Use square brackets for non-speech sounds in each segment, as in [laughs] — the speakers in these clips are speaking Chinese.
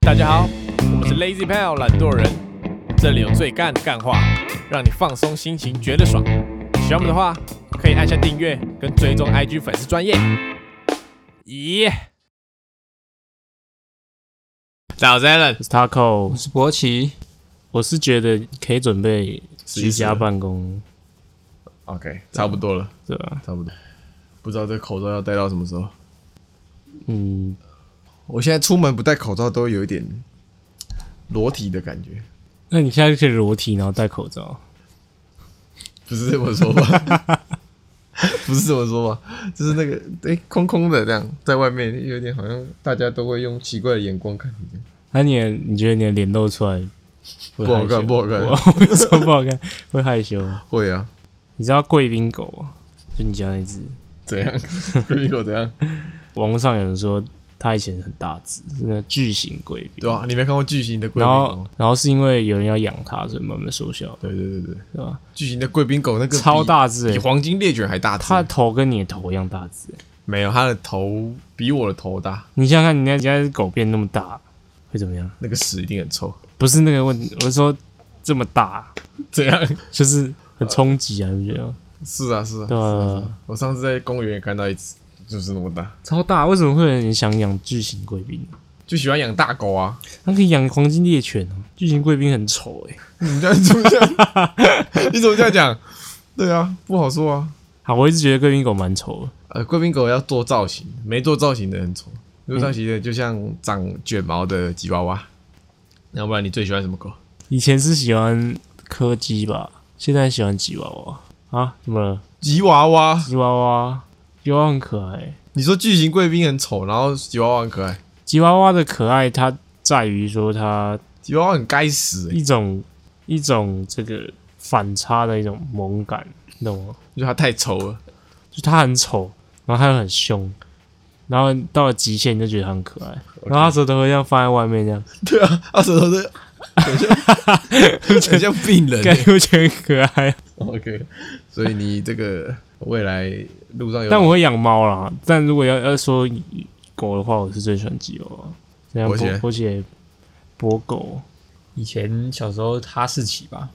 大家好，我是 Lazy Pal 懒惰人，这里有最干的干话，让你放松心情，觉得爽。喜欢我们的话，可以按下订阅跟追踪 IG 粉丝专业。咦、大家好，我是 Alan，我是 Taco，是博奇。我是觉得可以准备居家办公， OK，差不多了，对啊吧、差不多。不知道这个口罩要戴到什么时候？嗯，我现在出门不戴口罩都有一点裸体的感觉，那你现在就可以裸体，然后戴口罩，不是这么说吧？ [laughs] 不是这么说吧？就是那个哎、诶空空的这样，在外面有点好像大家都会用奇怪的眼光看你这样，那、你的你觉得你的脸露出来不不好看，不好看，看，为什么不好 [laughs] 看？会害羞？会啊，你知道贵宾狗啊？就你家那只，怎样？如果怎样？网络上有人说它以前很大只，是那巨型贵宾，对吧、啊你没看过巨型的贵然宾后狗？然后是因为有人要养它，所以慢慢缩小，对对对对，对吧？巨型的贵宾狗那个比超，大只、比欸，黄金猎犬还大只。它的头跟你的头一样大只、欸没有，它的头比我的头大，你想想看，你那家狗变那么大，会怎么样？那个屎一定很臭。不是那个问题，我是说这么大，怎样？就是很冲击啊，你不觉得吗？是啊是啊，对是啊啊，我上次在公园也看到一只，就是那么大，超大，为什么会有人想养巨型贵宾？就喜欢养大狗啊。 [laughs] 他可以养黄金猎犬哦、巨型贵宾很丑欸诶、你这样怎么这样？你怎么这样讲？对啊，不好说啊。好，我一直觉得贵宾狗蛮丑的，呃，贵宾狗要做造型，没做造型的很丑，做造型的就像长卷毛的吉娃娃。要不然你最喜欢什么狗？以前是喜欢柯基吧，现在喜欢吉娃娃啊？怎么了？吉娃娃？吉娃娃，吉娃娃很可爱、你说巨型贵宾很丑，然后吉娃娃很可爱？吉娃娃的可爱，它在于说它吉娃娃很该死、欸，一种一种这个反差的一种萌感，你懂吗？就它太丑了。就他很丑，然后他又很凶，然后到了极限你就觉得他很可爱，然后他舌头会这样放在外面这样，对啊，它舌头是很像很像病人欸、感觉我觉得很可爱。啊 OK，所以你这个未来路上有，但我会养猫啦，但如果要要说狗的话，我是最喜欢吉娃娃，这样伯爵波波姐博狗，以前小时候哈士奇吧，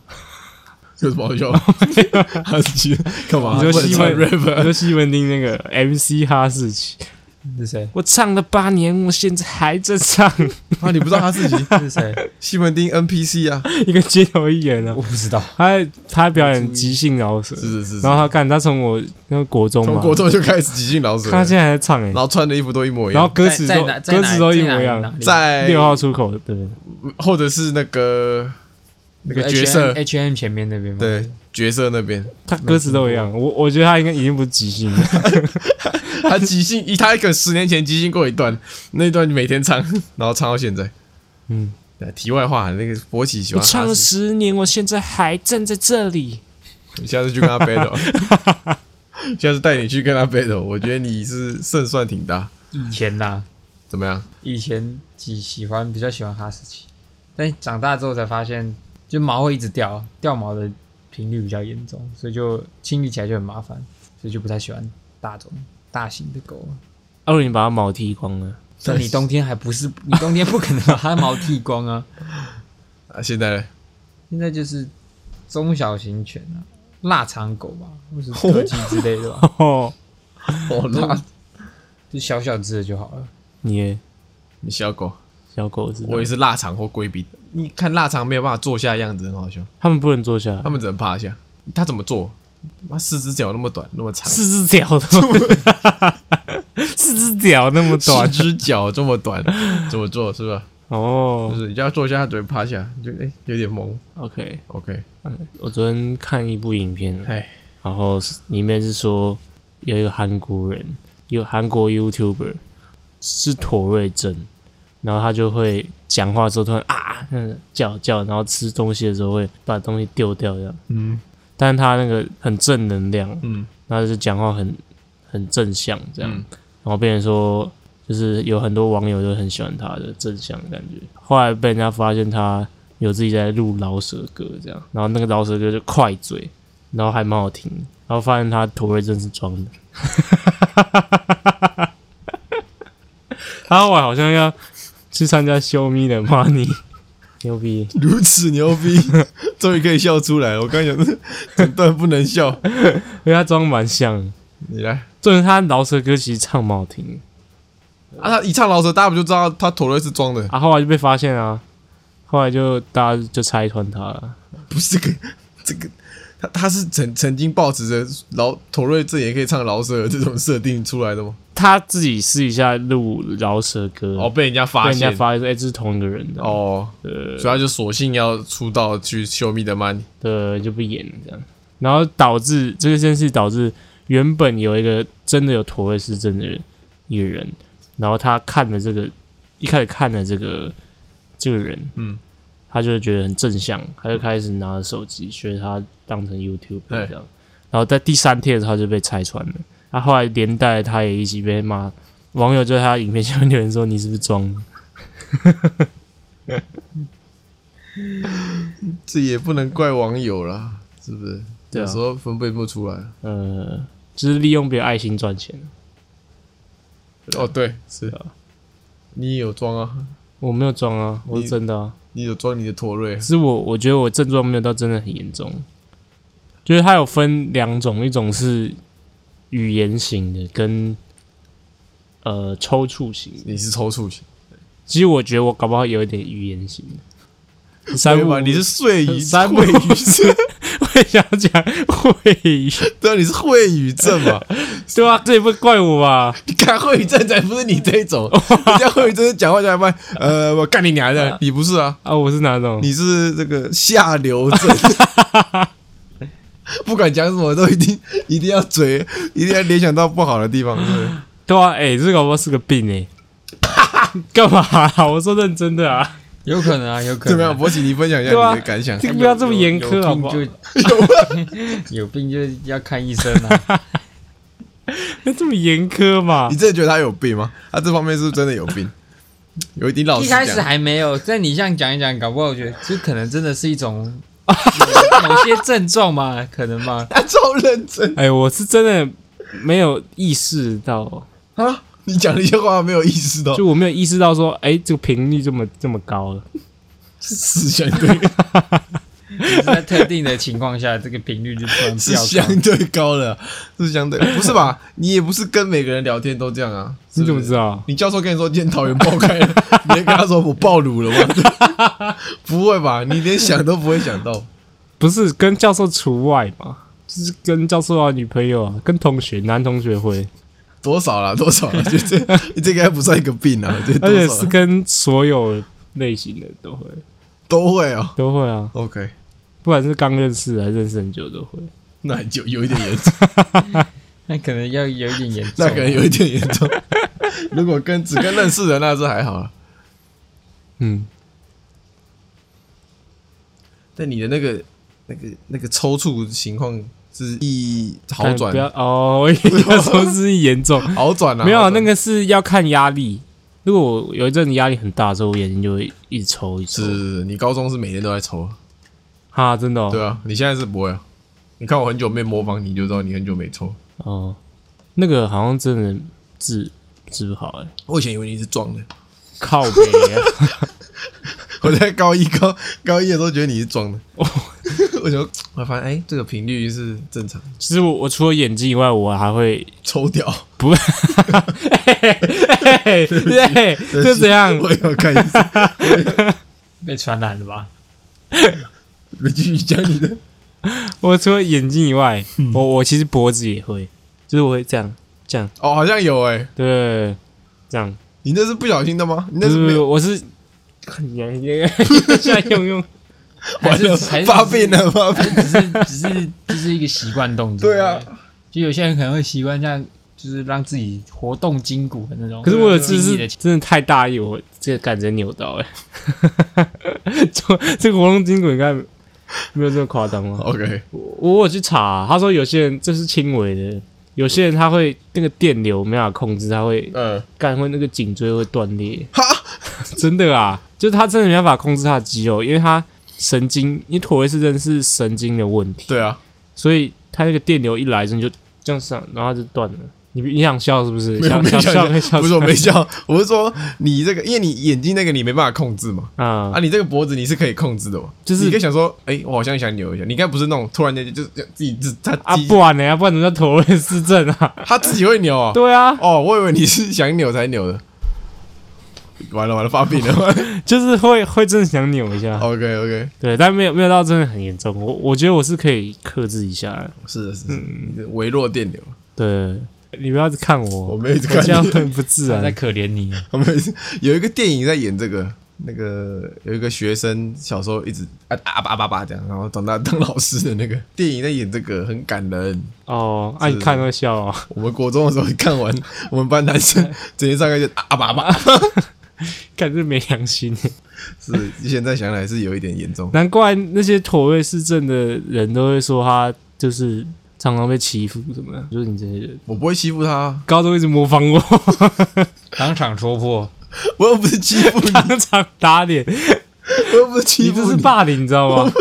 有什 [laughs] 么好笑？哈士奇干嘛？你说不能西唱门， rapper 你说西门町那个 MC 哈士奇，是谁？我唱了八年，我现在还在唱，啊，你不知道哈士奇 [laughs] 是谁？ [laughs] 西门町 NPC 啊？一个街头艺人啊我，不知道。他他表演即兴饶舌，是是是是然。后他看他从我那个国中从嘛，国中就开始挤进老水，他现在还在唱哎、然后穿的衣服都一模一然后样。歌词在都在哪在歌哪词都一在模哪一哪样，里在六号出口对，或者是那个那个 H&M 角色， H M 前面那边吗？，对角色那边，他歌词都一样。我我觉得他应该已经不是即 [laughs] 兴了，他即兴，一他一个十年前即兴过一段，那一段每天唱，然后唱到现在。嗯对，题外话，那个博奇喜欢哈士奇，十年，我现在还站在这里。你下次去跟他 [laughs] battle，下次带你去跟他 battle，我觉得你是胜算挺大。以前啦，怎么样？以前喜喜欢比较喜欢哈士奇，但长大之后才发现，就毛会一直掉，掉毛的频率比较严重，所以就清理起来就很麻烦，所以就不太喜欢大种大型的狗了。二哦你把它毛剃光了，但你冬天还不是你冬天不可能把它毛剃光啊！啊，现在呢现在就是中小型犬啊，腊肠狗吧，或是柯基之类的 [laughs] 吧，哦，哦，那就小小只的就好了。你耶你小狗，小狗是哪？我也是腊肠或贵宾。你看腊肠没有办法坐下的样子，很好笑。他们不能坐下他，们只能趴下。他怎么做？妈，四只脚那么短，那么 [laughs] 长，四只脚的， [laughs] 四只脚那么短四只脚这么短，怎么做？是吧？[laughs] 就哦。是你叫他坐下，他只会趴下，就哎、诶有点懵。 OK， OK，我昨天看一部影片，哎，然后里面是说有一个韩国人，有韩国 YouTuber 是妥瑞症，然后他就会讲话的时候突然啊嗯叫叫，然后吃东西的时候会把东西丢掉这样。嗯但是他那个很正能量，嗯然后就讲话很很正向这样，嗯然后被人说就是有很多网友都很喜欢他的正向的感觉。后来被人家发现他有自己在录饶舌歌这样，然后那个饶舌歌就快嘴，然后还蛮好听，然后发现他妥瑞症是装 [laughs] 的。他后来好像要去参加 Show Me the Money，牛逼！如此牛 [laughs] 逼，终于可以笑出来了。我刚 [laughs] 想是整段不能笑，因为他装蛮像的，你来重点是他饶舌歌其实唱蛮好听的，啊！他一唱老舌，大家不就知道他头瑞是装的？ [laughs] 啊，后来就被发现啊，后来就大家就拆穿他了，不是这个，这个他他是曾曾经抱持着老头瑞这也可以唱老舌这种设定出来的吗？他自己私底下录饶舌歌，哦，被人家被发人家现，呃发现说，哎、这是同一个人的，哦，哦，所以他就索性要出道去 show me the money。对，就不演了这样，然后导致这个件事导致原本有一个真的有妥瑞氏症的人，一个人，然后他看了这个，一开始看了这个这个人，嗯，他就觉得很正向，他就开始拿着手机学他当成 YouTube 这对样，然后在第三天的时候他就被拆穿了，他后来连带他也一起被骂，网友就在他影片下面留言说你是不是装的？这也不能怪网友啦，是不是？对啊有时候分辨不出来。呃，就是利用别人爱心赚钱。哦，对，是啊你也有装啊，我没有装啊，我是你真的啊。你有装你的驼瑞啊只，是我我觉得我症状没有到真的很严重，就是它有分两种，一种是语言型的跟呃抽搐型的。你是抽搐型，其实我觉得我搞不好有一点语言型的。三对五吧？你 [laughs] 是睡鱼，啊三 [laughs] 会语症，我也想讲会语，对啊，你是会语症嘛？ [laughs] 对啊，这也不怪我吧？ [laughs] 你看会语症才不是你这种，人家会语症讲话就还卖，呃，我干你娘的，你不是啊？啊，我是哪种？你是这个下流症， [laughs] 不管讲什么都一定一定要嘴，一定要联想到不好的地方，对不对？对啊，哎、这搞不好是个病哎、干嘛啊、我说认真的啊，有可能啊，有可能啊。怎么样，博奇，你分享一下对啊你的感想？这个不要这么严苛好有不病好？就 [laughs] 有病就要看医生啊。这么严苛嘛你？真的觉得他有病吗？他这方面是不是真的有病？有一点 [laughs] 老一实开始讲，还没有，但你这样讲一讲，搞不好我觉得这可能真的是一种 [laughs] 某某些症状嘛，可能吧。他超认真哎、我是真的没有意识到，啊！你讲的一些话没有意哦识到，就我没有意识到说，哎、这个频率这么这么高了。是相对只是在特定的情况下，这个频率就突然是飙相高。对高了，是相对不是吧？你也不是跟每个人聊天都这样啊？是你怎不是么知？道？你教授跟你说今天桃园爆开了， [laughs] 你还跟他说我爆乳了吗？ [laughs] 不会吧？你连想都不会想到。不是跟教授除外嘛，就是跟教授啊、女朋友啊、跟同学、男同学会，多少啦？多少啦？ [laughs] 就这，这应该不算一个病啊！我觉得而且多少是啦跟所有类型的都会都会哦。都会啊， OK，不管是刚认识还是认识很久都会。那就有一点严重。 [laughs] 那可能要有一点严重。那可能有一点严重。如果跟只跟认识人，那是还好啦。嗯，但你的那个、那个、那个抽搐情况是一好但转不，要哦，我以为要说是严 [laughs] 重，好转啊！没有啊好转那个是要看压力。如果我有一阵子压力很大的时候，我眼睛就会一直抽一直是抽。是是你高中是每天都在抽，哈，真的、哦。对啊，你现在是不会啊。你看我很久没模仿你，就知道你很久没抽。哦，那个好像真的治治不好哎、我以前以为你是撞的，靠北、啊，我在高一高高一的时候觉得你是撞的。 [laughs] 我就我发现哎、这个频率是正常，其实我我除了眼睛以外，我还会抽掉。不， [laughs] 嘿嘿嘿这怎样？ [laughs] 我也要看一下。被传染了吧？你继续讲你的。我除了眼睛以外，我我其实脖子也会，就是我会这样这样，哦，好像有哎、对，这样，你那是不小心的吗？你那不是是不没是，有我是。你你现在用用，还是还是发病了，发病。只 [laughs] 是只是就是一个习惯动作。对啊，就有些人可能会习惯这样，就是让自己活动筋骨的那种。可是我有次自己是的真的太大意，我这个感觉扭到哎、欸， [laughs] 就这个活动筋骨应该没有这么夸张吗？ OK，我我有去查、他说有些人这是轻微的，有些人他会那个电流没办法控制，他会嗯，干会那个颈椎会断裂，哈， [laughs] 真的啊，就是他真的没办法控制他的肌肉，因为他神经，因为妥瑞氏症是神经的问题，对啊，所以他那个电流一来，真的就这样上，然后他就断了，你你想笑是不是？没有想没有想笑可以笑，笑不是我没笑，我是说你这个，因为你眼睛那个你没办法控制嘛，啊啊，，你这个脖子你是可以控制的嘛，哦就是你可以想说，哎，我好像想扭一下，你应该不是那种突然间就是自己自他啊自，己不然呢？啊不然怎么叫头位失正啊？ [laughs] 他自己会扭啊，对啊，哦，我以为你是想扭才扭的，完了完了，发病 [laughs] 了就是会会真的想扭一下， ，OK OK，对，但没有没有到真的很严重。我我觉得我是可以克制一下的。是的是的，你的微弱电流，对，你不要一直看我我，没有一直我看这样你，很不自在然。可怜你， [laughs] 我没有一直有一个电影在演这个。那个有一个学生小时候一直啊啊吧啊吧吧这样，然后长大当老师的那个电影在演这个，很感人。哦，啊，你看会笑哦。我们国中的时候看完，我们班男 [laughs] 哎生直接上课就啊啊吧啊吧，感觉没良心，欸是现在想来是有一点严重。难怪那些妥瑞市政的人都会说他就是常常被欺负什么的，就是你这些人。我不会欺负他，啊高中一直模仿我， [laughs] 当场戳破，我又不是欺负你，当场打脸，我又不是欺你这负是你，霸凌，你知道吗？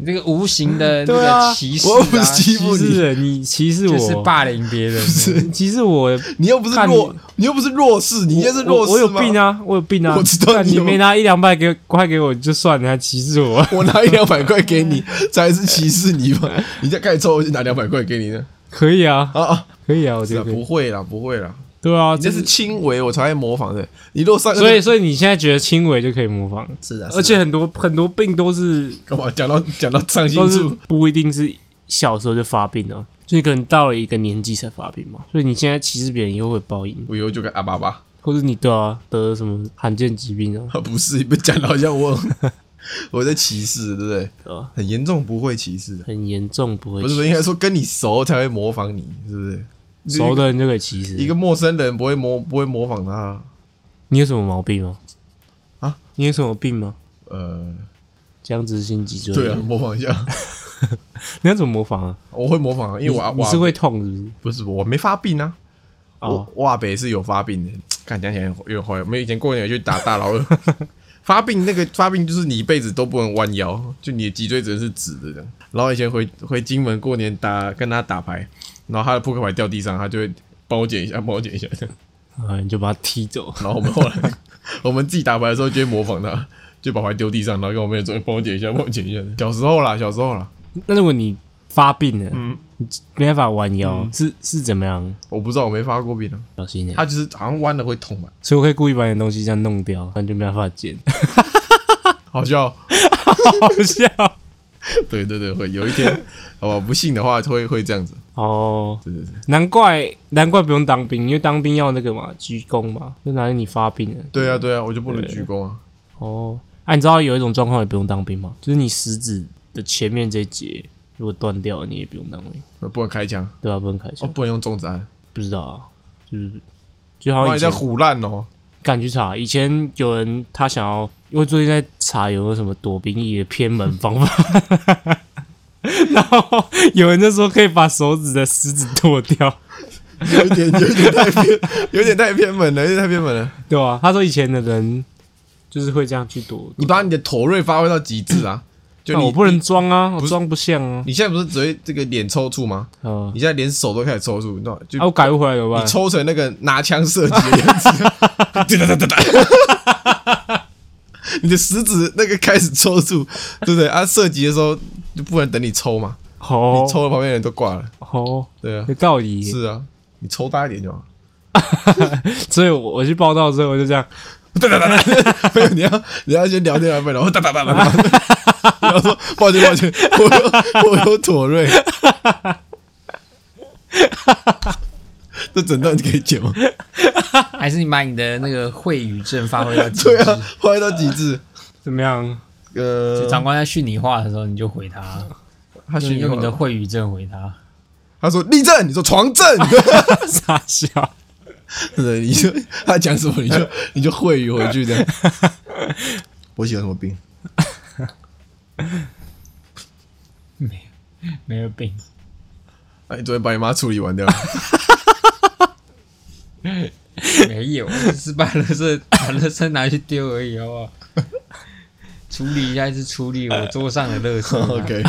你这个无形的那 [laughs] 对啊个歧视我又不啊是，欺歧负视你，人，你歧视就是我，霸凌别 [laughs] 人，是你歧视我，你又不是看你弱，你又不是弱势，你现在是弱势我我有吗病！啊，我有病啊！我知道干你你有没拿一两百给块给我就算，你还歧视我，我拿一两百块给你，才是歧视你吧？你再开始抽，我就拿两百块给你呢。可以啊，啊啊！可以啊，我觉是得啊可以不会啦，不会啦，对啊，你这就是是轻微，我才会模仿的。你如果上，啊所以所以你现在觉得轻微就可以模仿，是啊，而且很多很多病都是干嘛讲到讲到伤心都是处？不一定是小时候就发病的、所以可能到了一个年纪才发病嘛。所以你现在歧视别人以后会有报应，我以后就跟阿爸爸。或者你对啊得了什么罕见疾病啊，啊，不是，你被讲的好像我 [laughs] 我在歧视，对不对？对吧、很严重，不会歧视啊的，很严重不会不是说歧应该说跟你熟才会模仿你，是不是？视，熟的人就可以歧视。一个陌生人不会模不会模仿他，你有什么毛病吗？啊，你有什么病吗？呃，僵直性脊椎。对啊，，模仿一下， [laughs] 你要怎么模仿啊？我会模仿啊，因为我你我是会痛是不是？不是我没发病啊，我哦，我阿北是有发病的，看讲起来有点坏，我们以前过年去打大老二。 [laughs] 发病那个发病就是你一辈子都不能弯腰，就你的脊椎只能是直的这样。然后以前回回金门过年打跟他打牌，然后他的扑克牌掉地上，他就会帮我捡一下，帮我捡一下这样。啊，你就把他踢走。然后我们后来我们自己打牌的时候就会模仿他，就把牌丢地上，然后跟我妹说帮我捡一下，帮我捡一下。小时候啦，小时候啦，那如果你发病了，嗯你没办法弯腰，是是怎么样？我不知道我没发过病啊，小心点。他就是好像弯了会痛吧，所以我可以故意把你的东西这样弄掉，那你就没办法捡。好笑。 [laughs] 好笑对对对，会有一天，好吧，不信的话会会这样子。哦，对对对。难怪难怪不用当兵，因为当兵要那个嘛，鞠躬嘛，就哪里你发病了。对啊，对啊，我就不能鞠躬啊。哦，啊，你知道有一种状况也不用当兵吗？就是你食指的前面这一节如果断掉了，你也不用当兵，不能开枪，对吧、不能开哦，枪，不能用粽子按，不知道啊，就是就不好像以然你在前胡烂哦。敢去查，以前有人他想要，因为最近在查有没有什么躲兵役的偏门方法。 [laughs] 然后有人就说可以把手指的食指剁掉，有一点，有一点太偏，有点太偏门了，有点太偏门了。对啊，他说以前的人就是会这样去躲，你把你的头锐发挥到极致啊！就那你我不能，装啊，我是装不像啊，你现在不是只会这个脸抽搐吗？呃你，现在连手都开始抽搐，那就啊，我改不回来怎么你办？抽成那个拿枪射击的样子，哒哒哒哒哒你的食指那个开始抽搐，对不对？啊，射击的时候就不能等你抽嘛，好你抽了旁边的人都挂了，好，对啊，哦有道理。是啊，你抽大一点就好。所以我我去报道之后我就这样，没有，你要你要先聊天完，然后哒哒哒哒哒，然后说抱歉抱歉，我有我有妥瑞，这整段可以剪吗？还是你把你的那个会语症发 [laughs] 挥到极对致？啊，发挥到极致。怎么样？ [laughs] 呃，啊长官在训你话的时候，你就回他，他就选用用你的会语症回他。他说立正，你说床正， [laughs] 傻笑。对，你就他讲什么你 [laughs] 就你就会语回去这样。我喜欢什么病？没有 [laughs] 病，哎，你昨天把你妈处理完 [laughs] 掉了，没有，就是把垃圾 [laughs] 把垃圾拿去丢而已，好 [laughs] 不好？处理一下是处 [laughs] [laughs] 理我桌上的垃圾、啊 OK，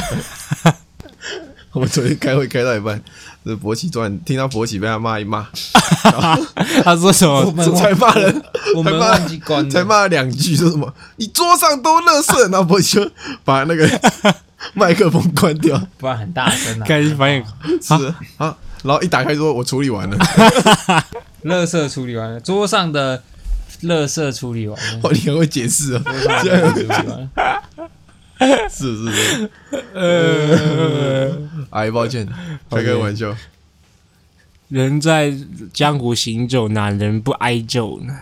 我们昨天开会开到一半，这博奇突然听到博奇被他骂一骂，他说什么？们才骂人，我才们骂忘记关了，才骂了两句，说什么你桌上都垃 [laughs] 圾，然后博奇就把那个 [laughs] 麦克风关掉，不然很大声啊。开始反应，是啊，然后一打开说我处理完了，垃圾处理完了，桌上的垃圾处理完了，哦哇，你很会解释啊，桌上的垃圾处理完了。是是是， [laughs] 哎，抱 [laughs] 歉，开个玩笑，人在江湖行走，哪能不挨揍呢？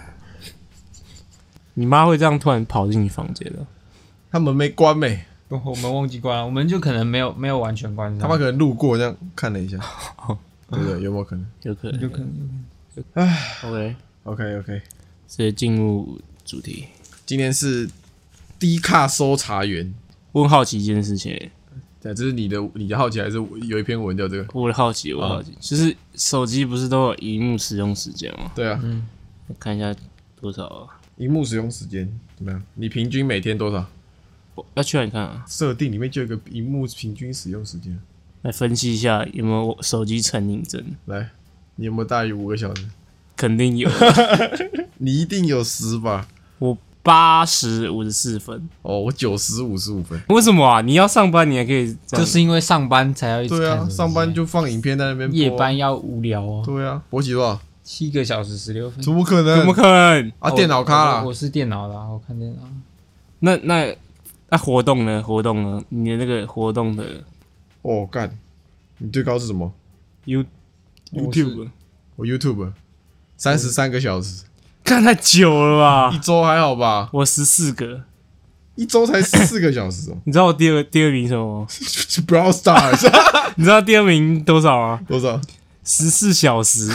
你妈会这样突然跑进你房间的？他门没关没，我们忘记关了，我们就可能没有没有完全关上。他妈可能路过这样看了一 [laughs] 下，对不对？有没有可能有可能，有可能 OK， ？OK OK，直接进入主题。今天是低卡搜查员。我很好奇一件事情，对，这是你的你的好奇，还是我有一篇文叫这个？我很好奇，我很好奇，就是手机不是都有荧幕使用时间吗？对啊，我看一下多少啊？荧幕使用时间怎么样？你平均每天多少？我要去哪里看啊？设定里面就有一个荧幕平均使用时间，来分析一下有没有手机成瘾症？来，你有没有大于五个小时？肯定 [laughs] 有，你一定有十吧？我八十五十四分。哦，我九十五十五分。为什么啊？你要上班，你还可以这就样？是因为上班才要一直对看啊，手机上班就放影片在那边播啊夜。班要无聊哦，对啊，博起多少？七个小时十六分。怎么可能？怎么可能？啊，电脑咖我我啦，是电脑的啊，我看电脑。那那那活动呢？活动呢？你的那个活动的哦干，你最高是什么？ You 我 YouTube 我 YouTube 三十三个小时，看太久了一吧？周还好吧？我十四个，啊一周才十四个小 [laughs] 时哦你知道我第二第二名是什么 [laughs] 吗？ ，Brow [laughs] Stars 你知道第二名多少啊？多少？十四小 [laughs] 时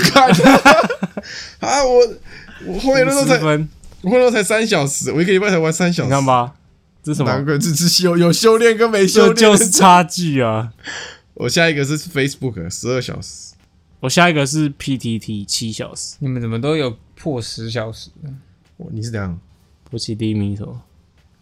啊，我我后面那时候十才分，我后面那时候才三小时，我一个礼拜才玩三小时，你看吧，这什难么？怪这只修有修炼跟没修这炼就是差距啊！我下一个是 Facebook 十二小时，我下一个是 PTT 七小时，你们怎么都有破十小时的？哇你是怎样？我起第一名是什么？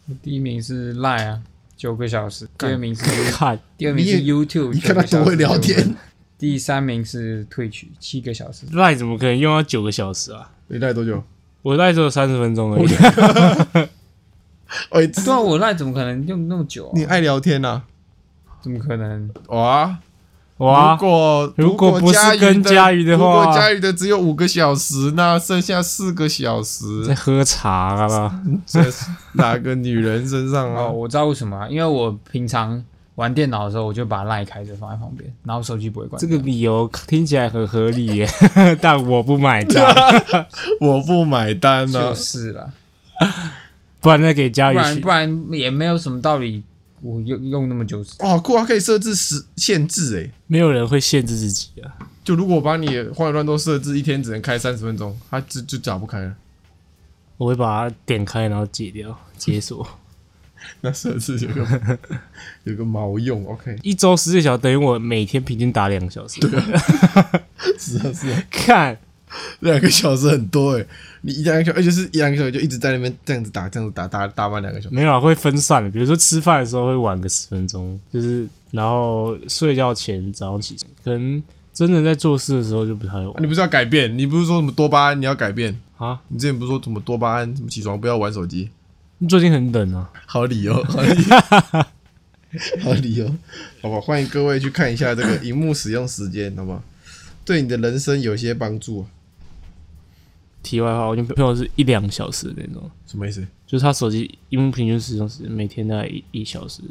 我第一名是 Line 啊，九个小时。第二名是看第二名是你也 YouTube，你看他9个小时多会聊天。第三名是 Twitch，七个小时。赖怎么可能用到九个小时啊？你戴多久？我赖只有三十分钟而已。哎， [laughs] 对啊，我 Line 怎么可能用那么久、你啊？爱聊天呐、怎么可能？哇，哇如，果啊如果不是佳瑜的跟佳瑜的话如果佳瑜的只有五个小时，那剩下四个小在 [laughs] 时喝茶啊？在哪个女人身上哦， [laughs] 啊？我知道为什么、啊，因为我平常玩电脑的时候，我就把 Line 开着放在旁边，然后手机不会关这掉。个理由听起来很合理耶， [laughs] 但我不买 [laughs] 账，我不买单啊呢、就是啦，不然再给佳不宇然去不。然也没有什么道理，我用用那么久。哇，酷啊，可以设置时限制诶、没有人会限制自己啊，就如果我把你的花园乱斗设置一天只能开三十分钟，它就就打不开了。 [laughs] 我会把它点开，然后解 [laughs] 掉解锁。那设置有个 [laughs] 有个毛用？OK，一周十四小时等于我每天平均打两个小时。啊是啊是啊， [laughs] 看，两个小时很多诶、你一两个小时，而且是一两个小时就一直在那边这样子打，这样子打，打打满两个小时。没有啊，会分散的。比如说吃饭的时候会晚个十分钟，就是然后睡觉前早上起床，可能真的在做事的时候就不太会啊玩你不是要改变？你不是说什么多巴胺？你要改变？啊。你之前不是说什么多巴胺，什么起床不要玩手机？最近很冷啊，好理由，好 [laughs] 理由，好理由，好吧，欢迎各位去看一下这个荧幕使用时间，好不好？对你的人生有些帮助啊，题外话，我女朋友是一两个小时的那种，什么意思？就是她手机荧幕平均使用时间每天大概一一小时。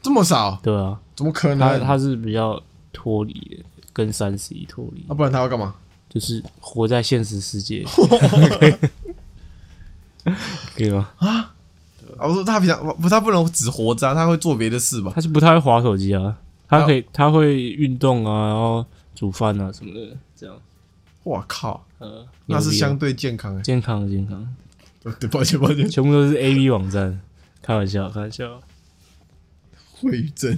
这么少？对啊，怎么可能？她啊，她是比较脱离的，跟三十一脱离，啊不然他要干嘛？就是活在现实世 [laughs] 界。可以吗？啊，我说他平常不，他不能只活着、啊，他会做别的事吧？她是不太会滑手机啊，她哦可以她会运动啊，然后煮饭啊什么的，这样。哇靠，呃，那是牛逼啊相对健康哎、健康的健康， [laughs] 对，抱歉抱歉，全部都是 A V 网站，开玩笑，开玩 [laughs] 笑。会语症。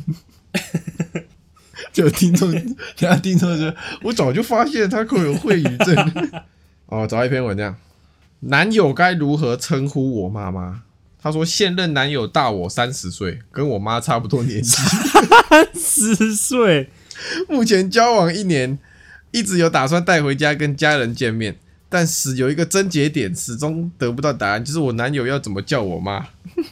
[laughs] 就有听众， [laughs] 人家听众就，我早就发现他会有会语症。 [laughs] 哦，找一篇文这样，男友该如何称呼 [laughs] 我妈妈？他说现任男友大我三十岁，跟我妈差不多年纪。三十岁，目前交往一年，一直有打算带回家跟家人见面，但是有一个症结点，始终得不到答案，就是我男友要怎么叫我妈。 [laughs]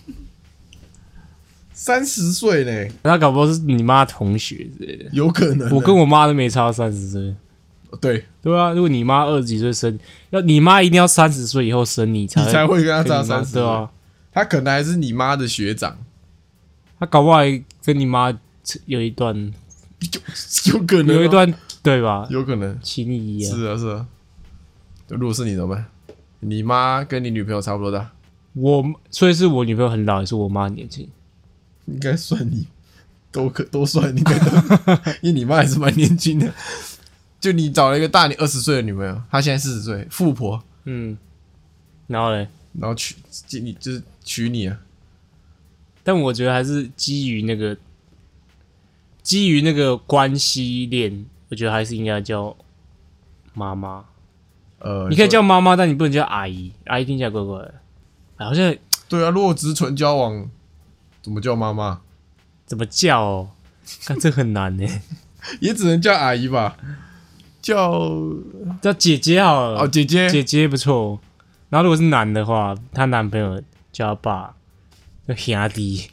三十岁呢，他搞不好是你妈同学之类的。有可能啊、我跟我妈都没差三十岁，对对啊。如果你妈二十几岁生，要你妈一定要三十岁以后生你才你才会跟他差三十岁对啊。他可能还是你妈的学长，他搞不好还跟你妈有一段有可能啊、有一段对吧？有可能情谊啊，是啊是啊。如果是你怎么办？你妈跟你女朋友差不多大，我所以是我女朋友很老，也是我妈年轻。应该算你都可都算，[laughs] 应该都，因为你妈还是蛮年轻的。就你找了一个大你二十岁的女朋友，她现在四十岁，富婆，嗯，然后嘞，然后娶就你就是娶你啊，但我觉得还是基于那个基于那个关系链，我觉得还是应该叫妈妈。呃，你可以说叫妈妈，但你不能叫阿姨，阿姨听起来怪怪的。哎好像对啊，如果只是纯交往，怎么叫妈妈？怎么叫哦？看这很难呢，欸也只能叫阿姨吧，叫哦叫姐姐好了。姐姐，啊 [laughs] 姐姐不错。然后如果是男的话，她男朋友叫她爸，叫兄弟，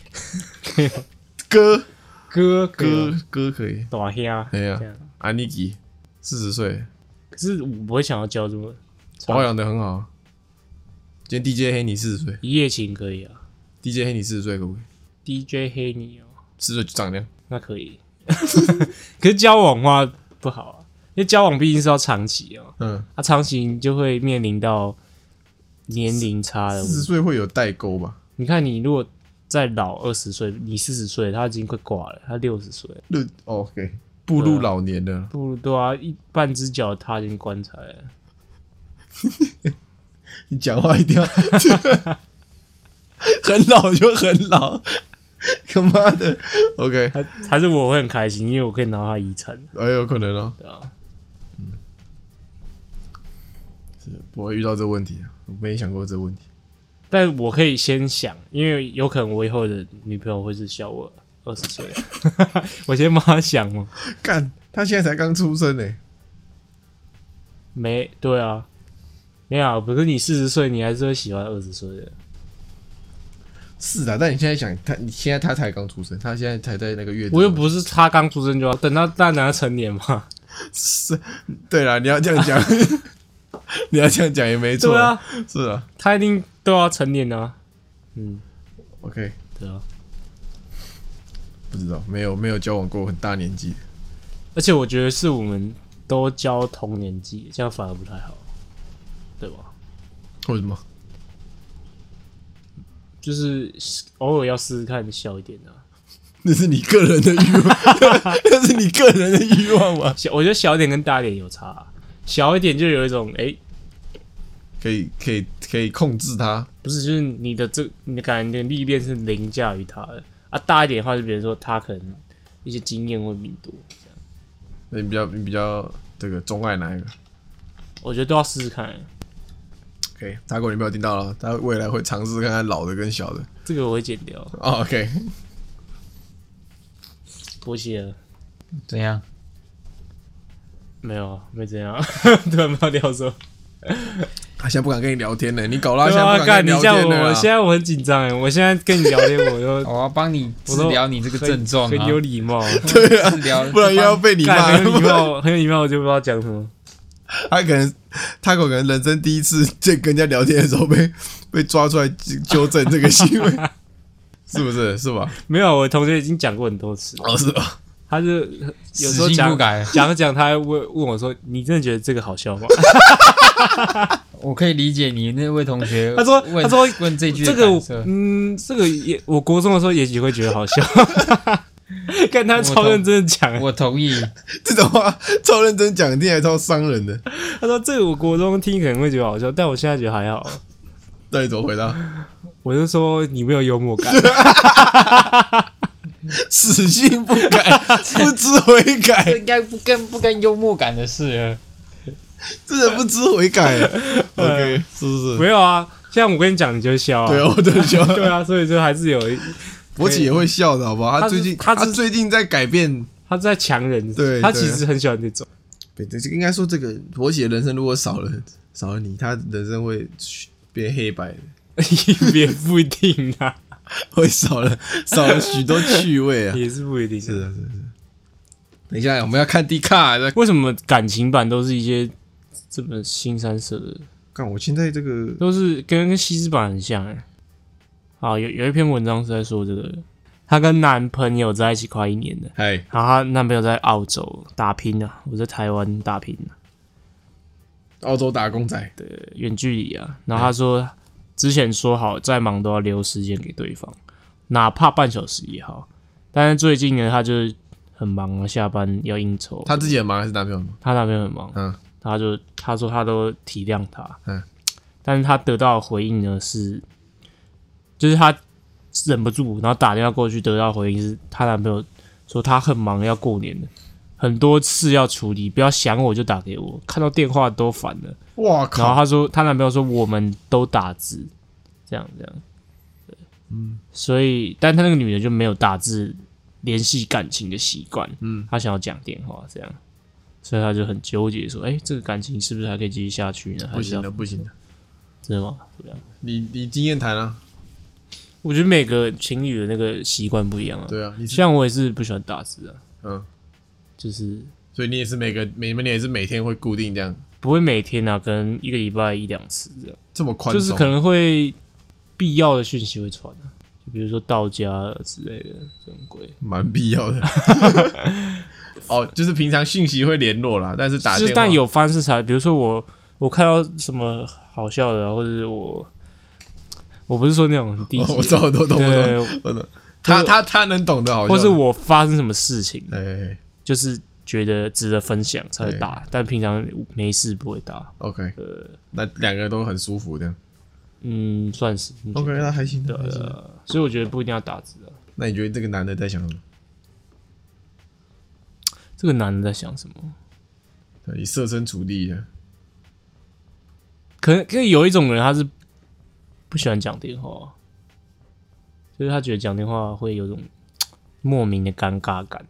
哥哥哥哥可以，大兄。哎呀啊这样，安妮吉四十岁，可是我不会想要叫这么保养的很好。今天 DJ 黑你四十岁一夜情可以啊，DJ 黑你四十岁可不可以？ ，DJ 黑你哦，四十岁就长那样。那可以。 [laughs] 可是交往的话不好啊，因为交往毕竟是要长期哦，嗯，啊，长期你就会面临到年龄差的问四十题。岁会有代沟吧？你看，你如果再老二十岁，你四十岁，他已经快挂了，他六十岁了，六、哦、OK，步入老年了，不如对啊，一半只脚踏进棺材了。你讲话一定要 [laughs] 很老就很老，他妈的 OK，还还是我会很开心，因为我可以拿到他遗产，哎，有可能哦，对啊，是不会遇到这问题啊，我没想过这问题。但我可以先想，因为有可能我以后的女朋友会是小我二十 [laughs] 岁，我先帮她想嘛。干，他现在才刚出生呢、欸没，对啊，没有啊，可是你四十岁，你还是会喜欢二十岁的。是啊，但你现在想，他你现在他才刚出生，他现在才在那个月子中心，我又不是他刚出生就要等到大男成年嘛，是，对啦，你要这样 [laughs] 讲，你要这样讲也没错， [laughs] 对啊，，是啊 [laughs] 他一定都要成年啊。嗯， ，OK，对啊，不知道，没有没有交往过很大年纪的，而且我觉得是我们都交同年纪，这样反而不太好，对吧？为什么？就是偶尔要试试看小一点的、啊。那是你个人的欲望， [laughs] 那是你个人的欲望吗？小，我觉得小一点跟大一点有差啊、小一点就有一种哎、诶可以，可以，可以控制它。不是，就是你的这你的感觉你的历练是凌驾于他的啊。大一点的话，就比如说他可能一些经验会比你多，那你比较，你比较这个钟爱哪一个我觉得都要试试看、 ？OK，他果你没有听到了，他未来会尝试看看老的跟小的。这个我会剪掉，哦 OK，妥协了，怎样？没有啊， [laughs] 没怎样，突然不知道聊什么。他现在不敢跟你聊天呢，你搞了，他对现在啊，不敢干跟你聊这样天了我，我啦。现在我很紧张哎，我现在跟你聊天，我都我要帮你治疗哦你这个症状很啊，有礼貌，对啊治疗，不然又要被你骂干。很有礼貌，很有礼貌，我就不知道讲什么。他可能，他可能人生第一次在跟人家聊天的时候被 [laughs] 被抓出来纠纠正这个行为， [laughs] 是不是？是吧？没有，啊我同学已经讲过很多次了，哦，是吧？他就有时候死性讲不改 [laughs] 讲着讲，他还问问我说：“你真的觉得这个好 [laughs] 笑吗我可以理解你那位同学他说问他说问这？”句的这个感我受，嗯，这个也，我国中的时候也许会觉得好笑， [laughs] 看他超认真的讲，我同意。这种话超认真讲，听起来超伤人的。他说这个我国中听可能会觉得好笑，但我现在觉得还好。到底怎么回答？ [laughs] 我就说你没有幽 [laughs] 默感，死性不 [laughs] 改，不知悔这改，应该不跟不跟幽默感的事了。真的不知悔改。OK，是不是？没有啊。像我跟你讲，你就笑啊。哦 [laughs] 对啊，我对不起啊，对啊，所以就还是有一博起也会笑的好不好？他他是最近他是最近在改变，他在强人，对他对其实很喜欢这 [laughs] 种，对，这应该说这个博起的人生如果少了少了你，他人生会变黑白的，也不一定啊，会少了少了许多趣味啊。也是不一定、是的，是的。是的等一下，我们要看 D 卡。那为什么感情版都是一些这么新三色的，看我现在这个都是跟跟西施版很像哎、好，有有一篇文章是在说这个，她跟男朋友在一起快一年了，嗨，然后她男朋友在澳洲打拼啊，我在台湾打拼啊，澳洲打工仔，对，远距离啊。然嗯后她说，之前说好再忙都要留时间给对方，哪怕半小时也好。但是最近呢，她就是很忙啊，下班要应酬，他自己很忙还是男朋友忙？她男朋友很忙，嗯，她就她说她都体谅他，嗯，但是她得到的回应呢是，就是她忍不住，然后打电话过去得到回应是她男朋友说她很忙要过年了，很多事要处理，不要想我就打给我，看到电话都烦了。哇然后靠！她说，她男朋友说我们都打字，这样这样，嗯，所以，但她那个女的就没有打字联系感情的习惯，嗯，她想要讲电话这样，所以她就很纠结，说，哎、这个感情是不是还可以继续下去呢？还不是行要的，不行的，真的吗？怎么样？你你经验谈啊，我觉得每个情侣的那个习惯不一样啊，对啊，你是像我也是不喜欢打字啊，嗯，就是所以你也是每个每你也是每天会固定这样不会每天啊，可能一个礼拜一两次这样。这么宽就松，是可能会必要的讯息会传啊，就比如说到家之类的这种鬼，蛮必要 [laughs] 的。哦，就是平常讯息会联络啦，但是打就电是话但有方式才，比如说我我看到什么好笑的啊，或者是我我不是说那种很低哦级我知道，的，我懂，我懂，对我，懂。他他他能懂的，好像或是我发生什么事情，哎哎哎就是觉得值得分享才会打，但平常没事不会打， ，OK，那呃两个都很舒服的。嗯，算是你觉得 OK，那还行的。还行呃，所以我觉得不一定要打字啊。那你觉得这个男的在想什么？这个男的在想什么？你设身处地啊的，可能可能有一种人他是不喜欢讲电话，就是他觉得讲电话会有种莫名的尴尬感，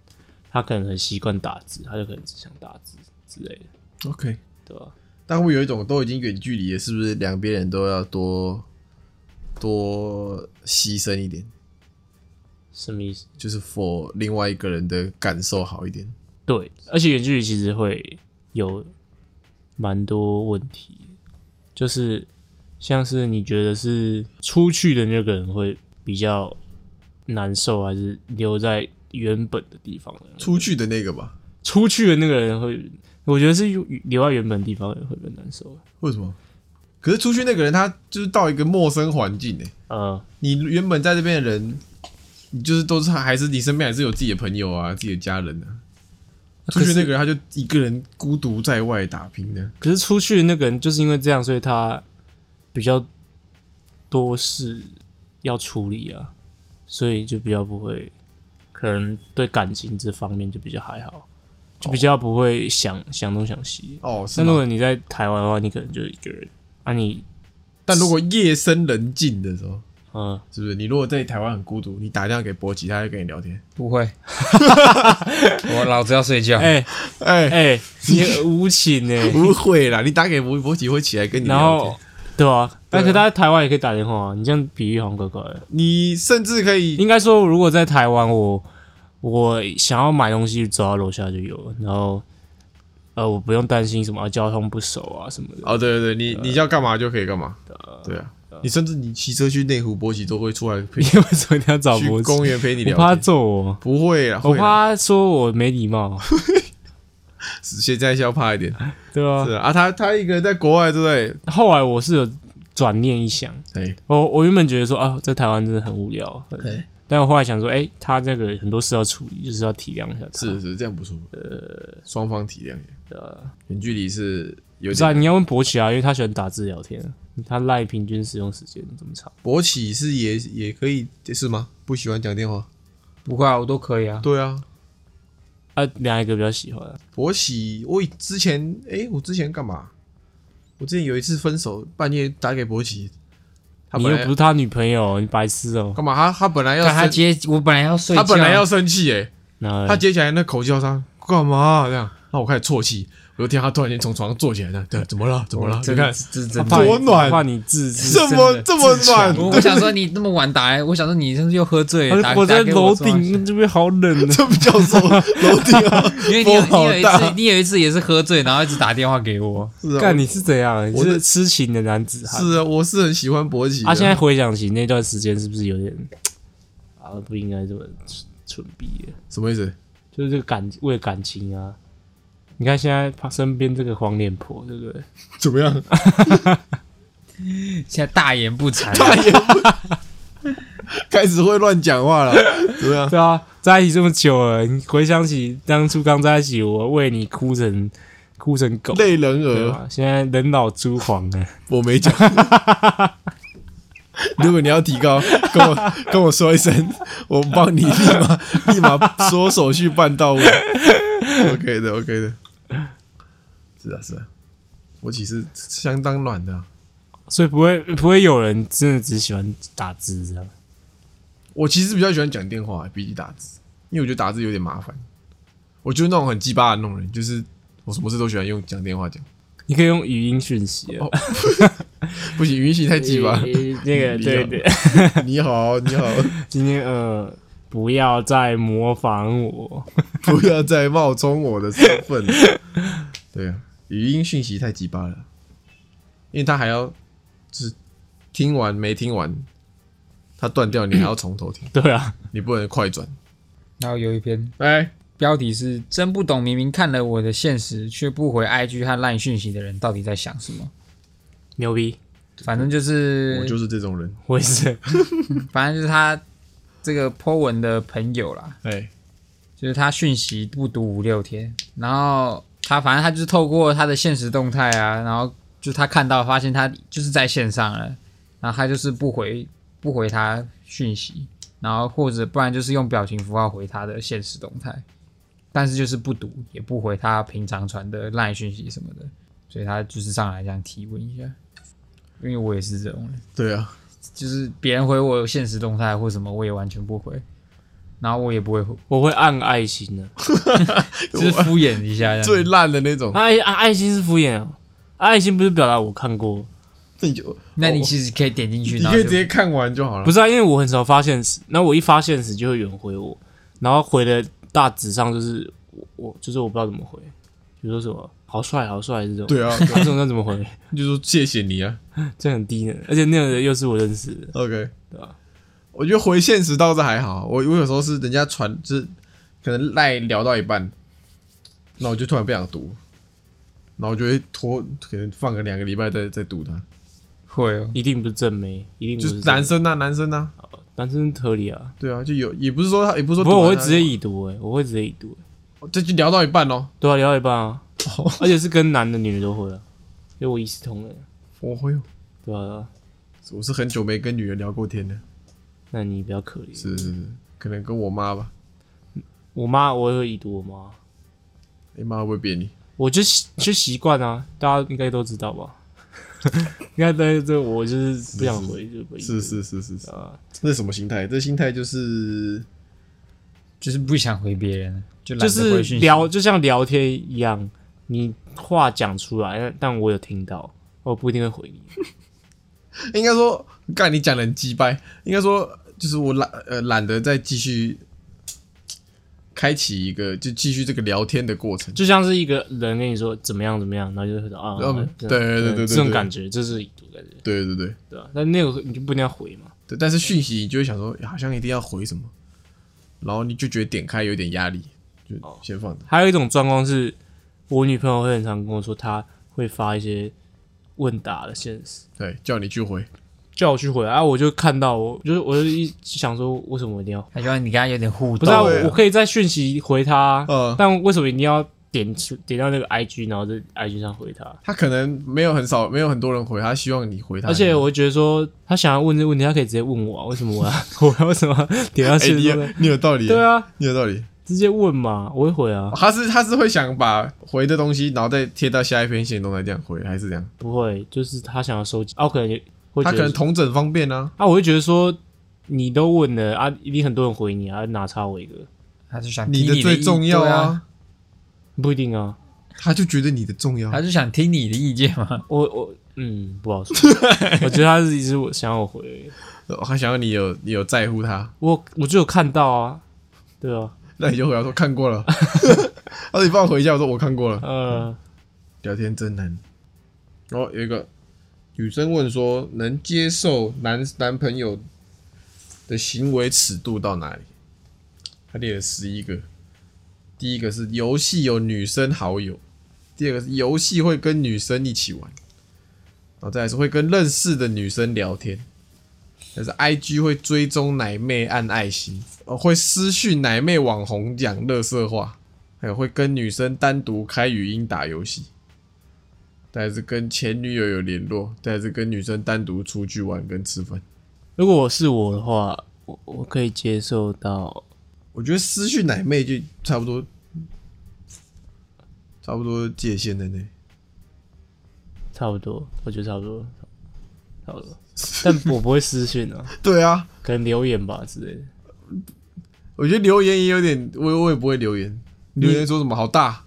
他可能很习惯打字，他就可能只想打字之类的， OK，对吧、但会有一种都已经远距离了，是不是两边人都要多多牺牲一点，什么意思？就是 for 另外一个人的感受好一点？对，而且远距离其实会有蛮多问题，就是像是你觉得是出去的那个人会比较难受，还是留在原本的地方的人出去的那个吧？出去的那个人会，我觉得是留在原本地方的人会很难受。为什么？可是出去那个人他就是到一个陌生环境诶、欸呃，你原本在这边的人，你就是都是还是你身边还是有自己的朋友啊，自己的家人啊。出去那个人他就一个人孤独在外打拼的，可是出去的那个人就是因为这样，所以他比较多事要处理啊，所以就比较不会，可能对感情这方面就比较还好，就比较不会想、想东想西。哦，是但如吗？果你在台湾的话，你可能就一个人啊你，但如果夜深人静的时候，呃，是不是？你如果在台湾很孤独，你打电话给博奇，他会跟你聊天。不会，我老子要睡觉。哎哎、哎、你很无情 [laughs] 哎、[laughs] 不会啦，你打给博博奇会起来跟你然聊后天。，对啊，但可他在台湾也可以打电话啊。你这样比喻好像怪怪的。你甚至可以应该说，如果在台湾，我我想要买东西，走到楼下就有了，然后呃，我不用担心什么、啊交通不熟啊什么的。哦，对对对，你你要干嘛就可以干嘛。对啊，你甚至你骑车去内湖，博奇都会出来陪 [laughs] 因为什么你要找去我？公园陪你我聊怕他天。揍我，不会啦，我会啦怕他说我没礼貌，现在是要怕一点。对吧、是啊，啊他他一个人在国外，对不对？后来我是有转念一想，哎，我我原本觉得说啊，在台湾真的很无聊，很对但我后来想说，哎、他这个很多事要处理，就是要体谅一下他。是是这样不错。呃，啊双方体谅。呃，远距离是有不是啊，点，你要问博奇啊，因为他喜欢打字聊天，他赖平均使用时间这么长。博奇是也也可以是吗？不喜欢讲电话。不会啊，我都可以啊。对啊，啊，哪一个比较喜欢啊？博喜，我以之前哎、我之前干嘛？我之前有一次分手，半夜打给博喜，他你本又来不是他女朋友，你白痴 [laughs] 哦、干嘛？他他本来要但他生接我本来要睡觉，他本来要生气哎，然后他接起来那口气要伤，干嘛这样？那我开始啜泣，我就听他突然间从床上坐起来，这样对，怎么了？怎哦么了？这你个看这是真他的。多暖怕你自知。这么这么暖， [laughs] 我我想说你那么晚打来，我想说你是不是又喝醉了？打我在打给我楼说一下 [laughs] 顶这边好冷啊！这不叫做楼顶啊！因为你有你风好有一次大你有一次也是喝醉，然后一直打电话给我，是啊干你是怎样？你我是是痴情的男子汉。是啊，我是很喜欢勃起的。啊，现在回想起那段时间，是不是有点啊不应该这么蠢蠢逼的？什么意思？就是这个感为了感情啊。你看现在他身边这个黄脸婆，对不对？怎么样？现在大言不惭。 [laughs] 开始会乱讲话了？怎 [laughs] 么样？对啊，在一起这么久了，你回想起当初刚在一起，我为你哭成哭成狗，泪人对啊儿，吧？现在人老珠黄了， [laughs] 我没讲。如果你要提高，跟我跟我说一声，我帮你立马 [laughs] 立马说手续办到位。OK 的，OK 的。是啊，是啊，勃起是相当暖的啊、所以不会不会有人真的只喜欢打字这样。我其实比较喜欢讲电话，比起打字，因为我觉得打字有点麻烦。我就是那种很鸡巴的那种人，就是我什么事都喜欢用讲电话讲，你可以用语音讯息啊，哦不行，语音系太鸡巴。呃那个你对要对， [laughs] 你好，你好，今天呃，不要再模仿 [laughs] 我。 [laughs] 不要再冒充我的身 [laughs] 份了。对啊，语音讯息太鸡巴了，因为他还要就是听完没听完，他断掉，你还要从头听， [laughs] 对啊，你不能快转。然后有一篇哎，标题是“真不懂，明明看了我的现实却不回 IG 和 LINE 讯息的人到底在想什么牛逼，”。反正就是，我就是这种人。我也是。 [laughs] 反正就是他这个 po 文的朋友啦，哎，就是他讯息不读五六天，然后他反正他就是透过他的现实动态啊，然后就他看到发现他就是在线上了，然后他就是不回不回他讯息，然后或者不然就是用表情符号回他的现实动态，但是就是不读也不回他平常传的烂讯息什么的，所以他就是上来这样提问一下，因为我也是这种人。对啊，就是别人回我现实动态或什么，我也完全不回，然后我也不会回，我会按爱心啊的、 [laughs] 就是敷衍一下这样子。最烂的那种。 [laughs] 爱啊爱心是敷衍、哦，爱心不是表达我看过，那你就那你其实可以点进去，你然可后以就直接看完就好了。不是啊，因为我很少发现时，那我一发现时就会有人回我，然后回的大致上就是我我就是我不知道怎么回，比如说什么好帅好帅这种，对 [laughs] 啊，啊，这种要怎么回？就说谢谢你啊。这很低能，而且那个人又是我认识的， OK，对啊我觉得回现实倒是还好，我我有时候是人家传，就是可能赖聊到一半，那我就突然不想读，然后我就会拖，可能放个两个礼拜再再读它。会哦。一定不是正妹，一定不就是是正妹男生啊，男生啊，男生特例啊，对啊，就有也不是说他，也不啊是说不过读我会完它直接已读诶、我会直接已读、欸，这就聊到一半哦。对啊，聊到一半啊，而且是跟男的女的都会啊，因为我一视同仁，我会，对啊对啊，我是很久没跟女人聊过天了，那你比较可怜。是是是，可能跟我妈吧。我妈我也会已读我妈，你妈会不会扁你？我就习就习惯啊，大家应该都知道 [laughs] 吧？应该对这我就是不想回就不已读是是是是是，啊，这是什么心态？这心态就是就是不想回别人，就就懒得是回讯息聊就像聊天一样，你话讲出来，但但我有听到，我不一定会回你。应该说，干你讲的很鸡掰。应该说，就是我懒呃懒得再继续开启一个，就继续这个聊天的过程。就像是一个人跟你说怎么样怎么样，然后就会说啊，嗯这对对对对对这种感觉，这是已读感觉，对对对对吧？但那个你就不一定要回嘛，对，但是讯息你就会想说，哎好像一定要回什么，然后你就觉得点开有点压力，就先放着。还有一种状况是，我女朋友会很常跟我说，她会发一些问答的现实，对，叫你去回，叫我去回啊，我就看到我，就是我就一想说，为什么我一定要？他希望你跟他有点互不动。是啊，对啊我我可以在讯息回她，嗯但为什么一定要点出点到那个 IG，然后在 IG 上回她？他可能没有很少，没有很多人回，他希望你回他。而且我会觉得说，她想要问这个问题，她可以直接问我啊，为什么 [laughs] 我要我要为什么要点到哎、现你有实？你有道理，对，啊，你有道理。直接问嘛，我会回啊，他是他是会想把回的东西，然后再贴到下一篇线动态这样回，还是这样？不会，就是她想要收集，啊，我可能会他觉可能得同整方便啊，啊，我会觉得说你都问了啊，一定很多人回你啊，哪差我一个？他就想听你的意最重要对啊，啊，不一定啊，他就觉得你的重要他。就想听你的意见嘛。 [laughs] 我我嗯不好说， [laughs] 我觉得他是一直我想要我回而已，哦他想要你有你有在乎他，我我就有看到啊，对啊，那你就回答说看过 [laughs] 了。他说你帮我回一下，我说我看过了。呃，聊天真难。然哦后有一个女生问说，能接受男男朋友的行为尺度到哪里？她列了十一个，第一个是游戏有女生好友，第二个是游戏会跟女生一起玩，然后再来是会跟认识的女生聊天。但是 I G 会追踪奶妹按爱心，哦，会私讯奶妹网红讲乐色话，还有会跟女生单独开语音打游戏。但是跟前女友有联络，但是跟女生单独出去玩跟吃饭。如果我是我的话，我我可以接受到，我觉得私讯奶妹就差不多，差不多界限在内。差不多，我觉得差不多，差不多，但我不会私讯啊，对啊，可能留言吧之类的。我觉得留言也有点，我我也不会留言。留言说什么好大？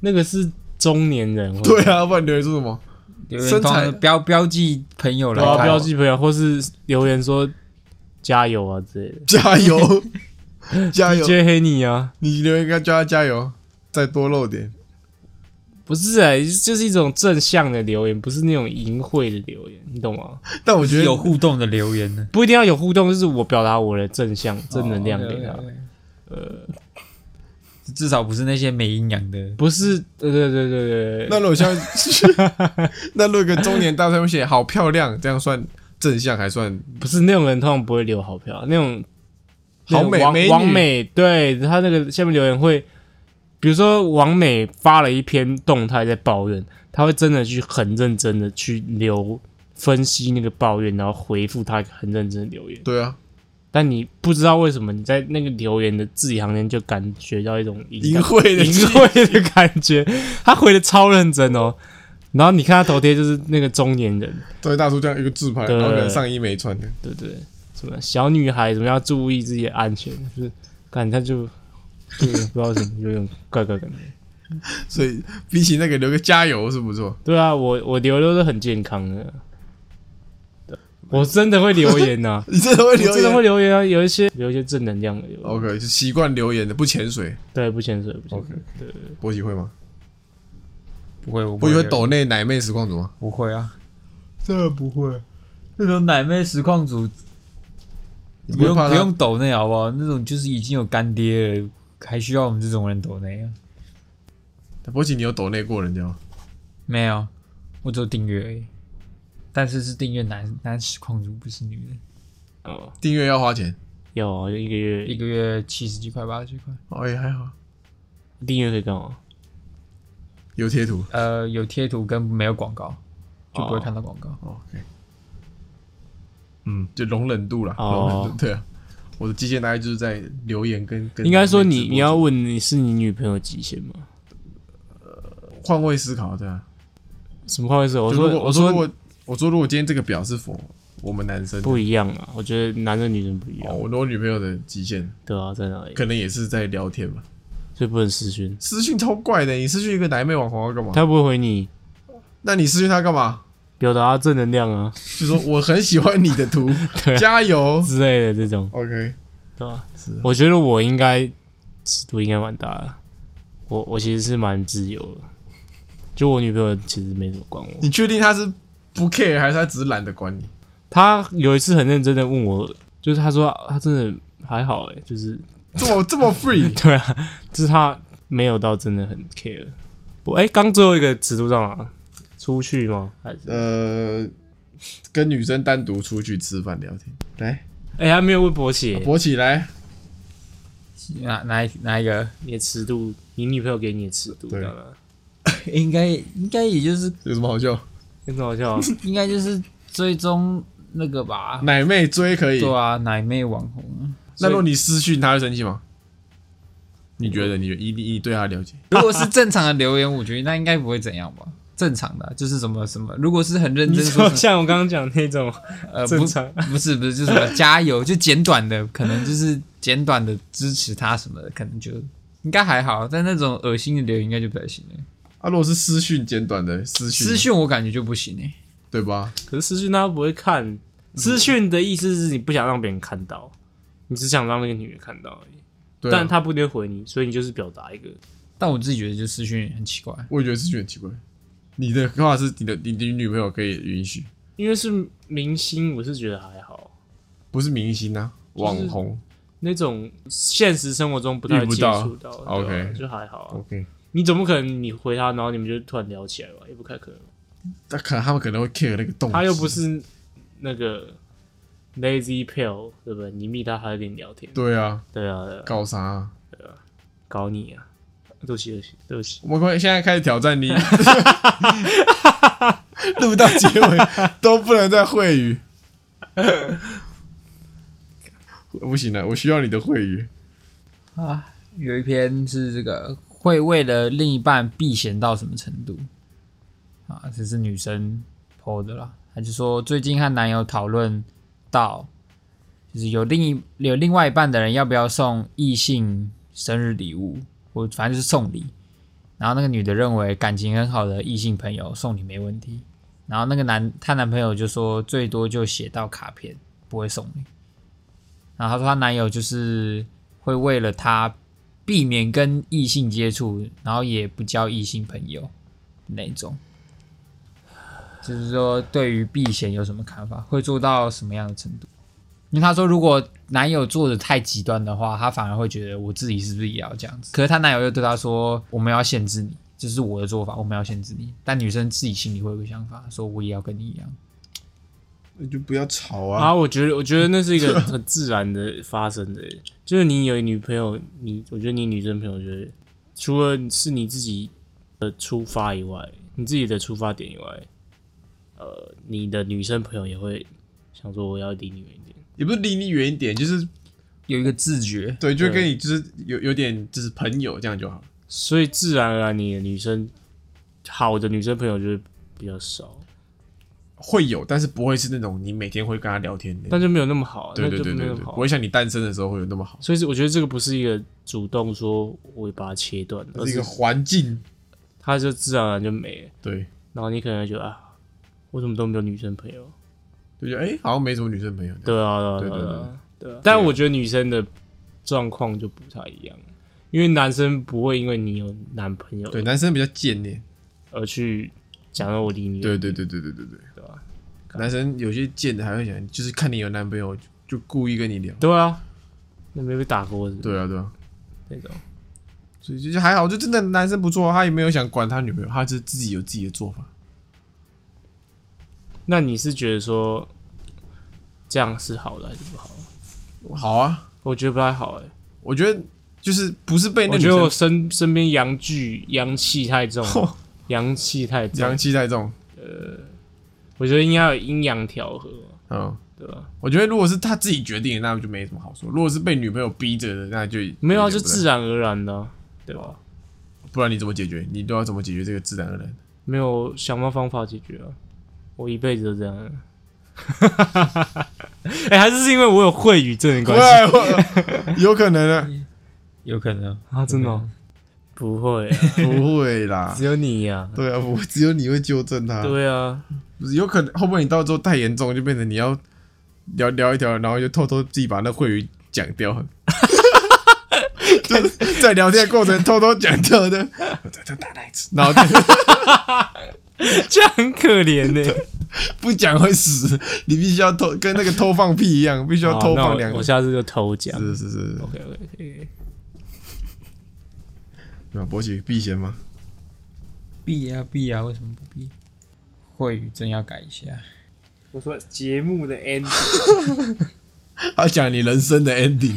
那个是中年人会，对啊，不然留言说什么？留言身材通常标标记朋友来对啊，看标记朋友或是留言说加油啊之类的，加 [laughs] 油，加油！接黑你啊，你留言应该叫他加油，再多露点。不是哎、就是一种正向的留言，不是那种淫秽的留言，你懂吗？但我觉有得，互动的留言呢，不一定要有互动，就是我表达我的正向正能量给他，啊哦。呃，至少不是那些没营养的。不是，对对对对对那对，如果像， [laughs] 那如果有个中年大上面写好漂亮，这样算正向还算不是那种人通常不会留好票，那种好美那种王美女王美，对他那个下面留言会，比如说王美发了一篇动态在抱怨，他会真的去很认真的去留分析那个抱怨，然后回复他很认真的留言。对啊？但你不知道为什么你在那个留言的字里行间就感觉到一种淫淫 [laughs] 秽的淫秽的感觉。他回的超认真哦，然后你看他头贴就是那个中年人，对，大叔这样一个自拍，对然后可能上衣没穿的，对不对？什么小女孩怎么要注意自己的安全，就是感觉他就就不知道为什么有点怪怪感觉。所以比起那个留个加油是不错。对啊，我我留的都是很健康的，我真的会留言呐、 [laughs] 你真的会我真的留言会留言啊，有一些有一些正能量的留言， ？OK，是习惯留言的，不潜水。对，不潜水，不潜 OK，水，对对对。博喜会吗？不会，我博喜会留抖内奶妹实况组吗？不会啊，这不会。那种奶妹实况组你不会用怕不他用抖内好不好？那种就是已经有干爹了，还需要我们这种人抖内啊？博喜，你有抖内过人家吗？没有，我只有订阅而已。但是是订阅男男实况组，不是女的，哦，订阅要花钱，有啊一个月一个月七十几块、八十几块。哦也还好，订阅可以干嘛？有贴图。呃，有贴图跟没有广告，就不会哦看到广告。 OK，嗯，就容忍度啦，哦容忍度对啊。我的极限大概就是在留言跟跟应该说奶妹你直播你要问你是你女朋友极限吗？换位思考，对啊。什么话意思？我就如说果我我说如说果我说如果今天这个表是否我们男生的不一样啊，我觉得男生女生不一哦，样，我我女朋友的极限对啊，在哪里？可能也是在聊天吧。所以不能私讯，私讯超怪的，你私讯一个奶妹网红要干嘛？他不会回你，那你私讯她干嘛？表达他正能量啊就说我很喜欢你的图 [laughs] 对，啊加油。之类的这种， OK，对吧是啊？我觉得我应该尺度应该蛮大的，我我其实是蛮自由的，就我女朋友其实没怎么管我。你确定她是不 care 还是她只是懒得管你？她有一次很认真的问我，就是她说她真的还好哎、就是 [laughs] 这么这么 free？对啊，就是他没有到真的很 care。我哎，刚、最后一个尺度到哪？出去吗？还是呃，跟女生单独出去吃饭聊天，来，哎、还没有问博姐，勃起来，哪哪一哪一个？你的尺度，你女朋友给你的尺度，对知道吗？ [laughs] 应该应该也就是有什么好笑？很好笑啊，应该就是追踪那个吧？奶妹追可以，对啊，奶妹网红啊。那如果你私讯她会生气吗？嗯你觉得你以你以你对她了解？如果是正常的留言，我觉得那应该不会怎样吧？正常的啊，就是什么什么，如果是很认 [laughs] 你真说说什像我刚刚讲那种么，呃，不正常，不是不是，就是什么加油，就简短的，可能就是简短的支持他什么的，可能就应该还好，但那种恶心的留言应该就不太行了。啊，如果是私讯简短的私讯，私讯我感觉就不行哎、对吧？可是私讯他不会嗯看。私讯的意思是你不想让别人看到，你只想让那个女的看到而已。对啊、但他不一定会回你，所以你就是表达一个但我自己觉得就私讯很奇怪，我也觉得私讯很奇怪。你的话是你的你的女朋友可以允许，因为是明星，我是觉得还好。不是明星啊，就是网红。那种现实生活中不太会遇不接到触到对啊 OK 就还好啊。 OK，你总不可能你回他，然后你们就突然聊起来吧？也不太可能。但可能他们可能会 care 那个动机，他又不是那个 lazy pill，对不对？你密他，他还跟你聊天。对啊，对啊，对啊搞啥、啊？搞你啊！对不起，对不起，对不起。我们快现在开始挑战你，录到结 [laughs] 尾都不能再会语，不行了，我需要你的会语。啊，有一篇是这个会为了另一半避嫌到什么程度啊？这是女生 PO 的啦，她就说最近和男友讨论到，就是有另一有另外一半的人要不要送异性生日礼物，或反正就是送礼。然后那个女的认为感情很好的异性朋友送礼没问题，然后那个男她男朋友就说最多就写到卡片，不会送礼。然后她说她男友就是会为了她避免跟异性接触，然后也不交异性朋友那种。就是说，对于避嫌有什么看法？会做到什么样的程度？因为她说，如果男友做的太极端的话，她反而会觉得我自己是不是也要这样子？可是她男友又对她说，我们要限制你，这、是我的做法，我们要限制你。但女生自己心里会有个想法，说我也要跟你一样。那就不要吵啊，！我觉得，我觉得那是 [laughs] 一个很自然的发生的，欸就是你有女朋友，你我觉得你女生朋友，我觉得除了是你自己的出发以外，你自己的出发点以外，呃，你的女生朋友也会想说我要离你远一点。也不是离你远一点，就是有一个自觉，对，就跟你就是有有点就是朋友这样就好了。所以自然而然，你的女生好的女生朋友就是比较少，会有，但是不会是那种你每天会跟他聊天的。但就没有那么好，对对对那就没对有对，那么不好会。像你单身的时候会有那么好，所以是我觉得这个不是一个主动说我把它切断，而是一个是环境。它就自然而然就没了。对，然后你可能会觉得啊，我怎么都没有女生朋友？就觉得哎、好像没什么女生朋友。对啊，对对对啊，对对啊，对啊。但我觉得女生的状况就不太一样，因为男生不会因为你有男朋友对，男生比较贱呢。而去讲到我离你对啊远，对对对对对对，对吧？男生有些贱的还会想，就是看你有男朋友就就故意跟你聊。对啊，那没被打过是不是对啊对啊，那种。所以就是还好，就真的男生不错，啊他也没有想管他女朋友，他就是自己有自己的做法。那你是觉得说这样是好的还是不好？好啊，我觉得不太好哎、我觉得就是不是被那我女觉得我生哦身身边阳具阳气太重了，阳气太重阳，气太重，我觉得应该有阴阳调和，嗯。对啊吧？我觉得如果是他自己决定的，那就没什么好说；如果是被女朋友逼着的，那就没有啊，点就不太自然而然的啊、对吧？不然你怎么解决？你都要怎么解决这个自然而 [laughs] 然？没有想到方法解决啊，我一辈子都这样。 [laughs] 哎、还是是因为我有会语症的关系对，我 [laughs] 有可能啊，有可能啊？真的哦、不会、啊， [laughs] 不会啦。只有你呀、对啊，我只有你会纠正他，对啊，不是有可能会不会你到时候太严重，就变成你要聊聊一聊，然后就偷偷自己把那会语讲 [laughs] 掉，就是在聊天的过程偷偷讲掉的，我再再打来一次，然后就这样很可怜欸呢、 [laughs] 不讲会死，你必须要偷跟那个偷放屁一样，必须要好偷那放我两我次，下次就偷讲。是是是是， OK OK OK，对吧？博起避嫌吗？避啊避啊，为什么不避？会语真要改一下。我说节目的 end。他讲你人生的 ending，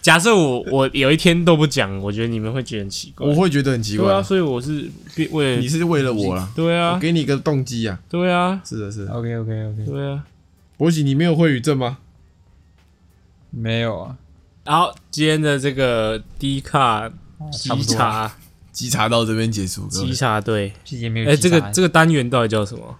假设我我有一天都不讲，我觉得你们会觉得很奇怪。我会觉得很奇对怪啊，，所以我是必为你是为了我啦，对我啊，给你一个动机啊，对啊，是的是的。 OK OK OK，对啊。博喜，你没有会语症吗？没有啊，然后今天的这个低卡差喜不多啊。茶稽查到这边结束。各位稽查队。其实也没有稽哎，查。这个这个单元到底叫什么？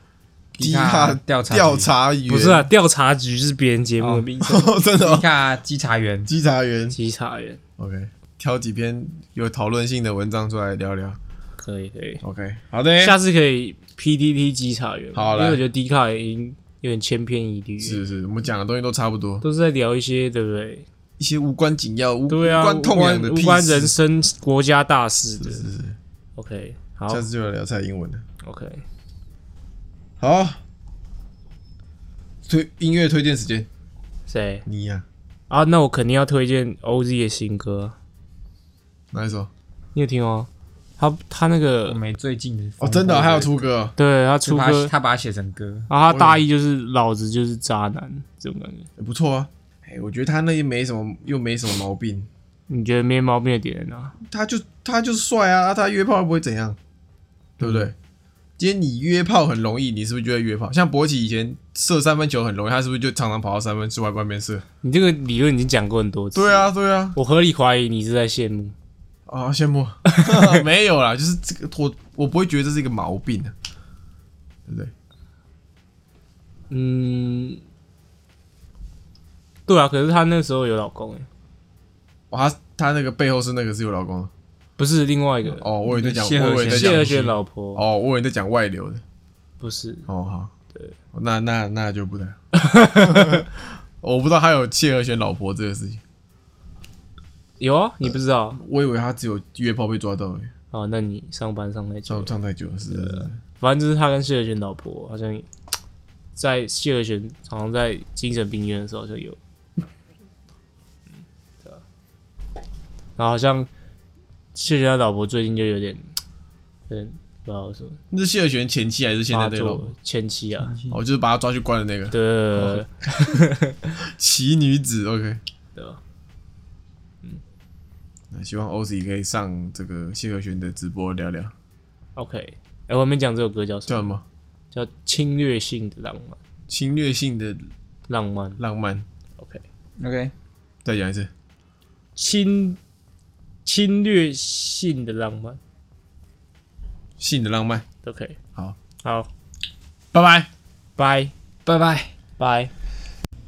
稽查查调查调查员不是啊，调查局是别人节目的名称。哦， [laughs] 真的稽哦查稽查员，稽查员。稽查员 OK，挑几篇有讨论性的文章出来聊聊。可以可以， OK，好的，下次可以 PDD 稽查员，好因为来我觉得 D 卡已经有点千篇一律，是是，我们讲的东西都差不多，都是在聊一些对不对？一些无关紧要、无对啊，无关痛痒的无屁关事人生、国家大事的。是是 OK，好下次就来聊蔡英文了。 ，OK，好，推音乐推荐时间，谁你呀、啊？那我肯定要推荐 OZ 的新歌，哪一首？你有听哦？他他那嗯我个，们最近的哦，真的哦、还有出歌哦、对他就出把它歌，他把它写成歌，然后他大意就是老子就是渣男这种感觉。也不错啊。哎，我觉得他那也没什么，又没什么毛病，你觉得没毛病的点在哪？他就他就帅啊，他约炮又不会怎样，对不对？今天你约炮很容易，你是不是就会约炮？像博奇以前射三分球很容易，他是不是就常常跑到三分之外外面射？你这个理论已经讲过很多次。对，啊，对啊，我合理怀疑你是在羡慕。啊， [laughs] 羡慕，没有啦，就是这个我我不会觉得这是一个毛病的、对不对？嗯，对啊，可是她那时候有老公哎，哇，他他那个背后是那个是有老公的不是另外一个哦，我以为在讲，谢和我以为在弦讲谢和弦老婆，哦，我以为在讲外流的不是哦，好，对，那那那就 [laughs] 不太，我不知道他有谢和弦老婆这个事情，有啊？你不知道我以为他只有约炮被抓到而已，哦？那你上班上太久唱了，唱太久了，是的，是的反正就是他跟谢和弦老婆好像在谢和弦好像在精神病院的时候就有，嗯，对啊然后好像谢和弦他老婆最近就有点，有点不知道说那是谢和弦前妻还是现在发那个老作婆？前妻啊，哦，就是把他抓去关的那个对对对奇女子，OK。对啊，嗯那希望 OZ 可以上这个谢和弦的直播聊聊， OK，哎、我还没讲这首歌叫什叫么，什么？叫侵略性的浪漫，侵略性的浪漫浪漫， OK， OK，再讲一次。侵侵略性的浪漫性的浪漫， OK，好，好，拜拜。拜拜拜。拜。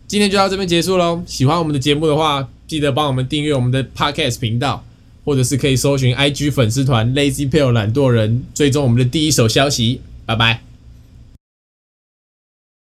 今天就到这边结束喽。喜欢我们的节目的话，记得帮我们订阅我们的 Podcast 频道，或者是可以搜寻 IG 粉丝团 Lazy p a l e 懒惰人，追踪我们的第一手消息。拜拜。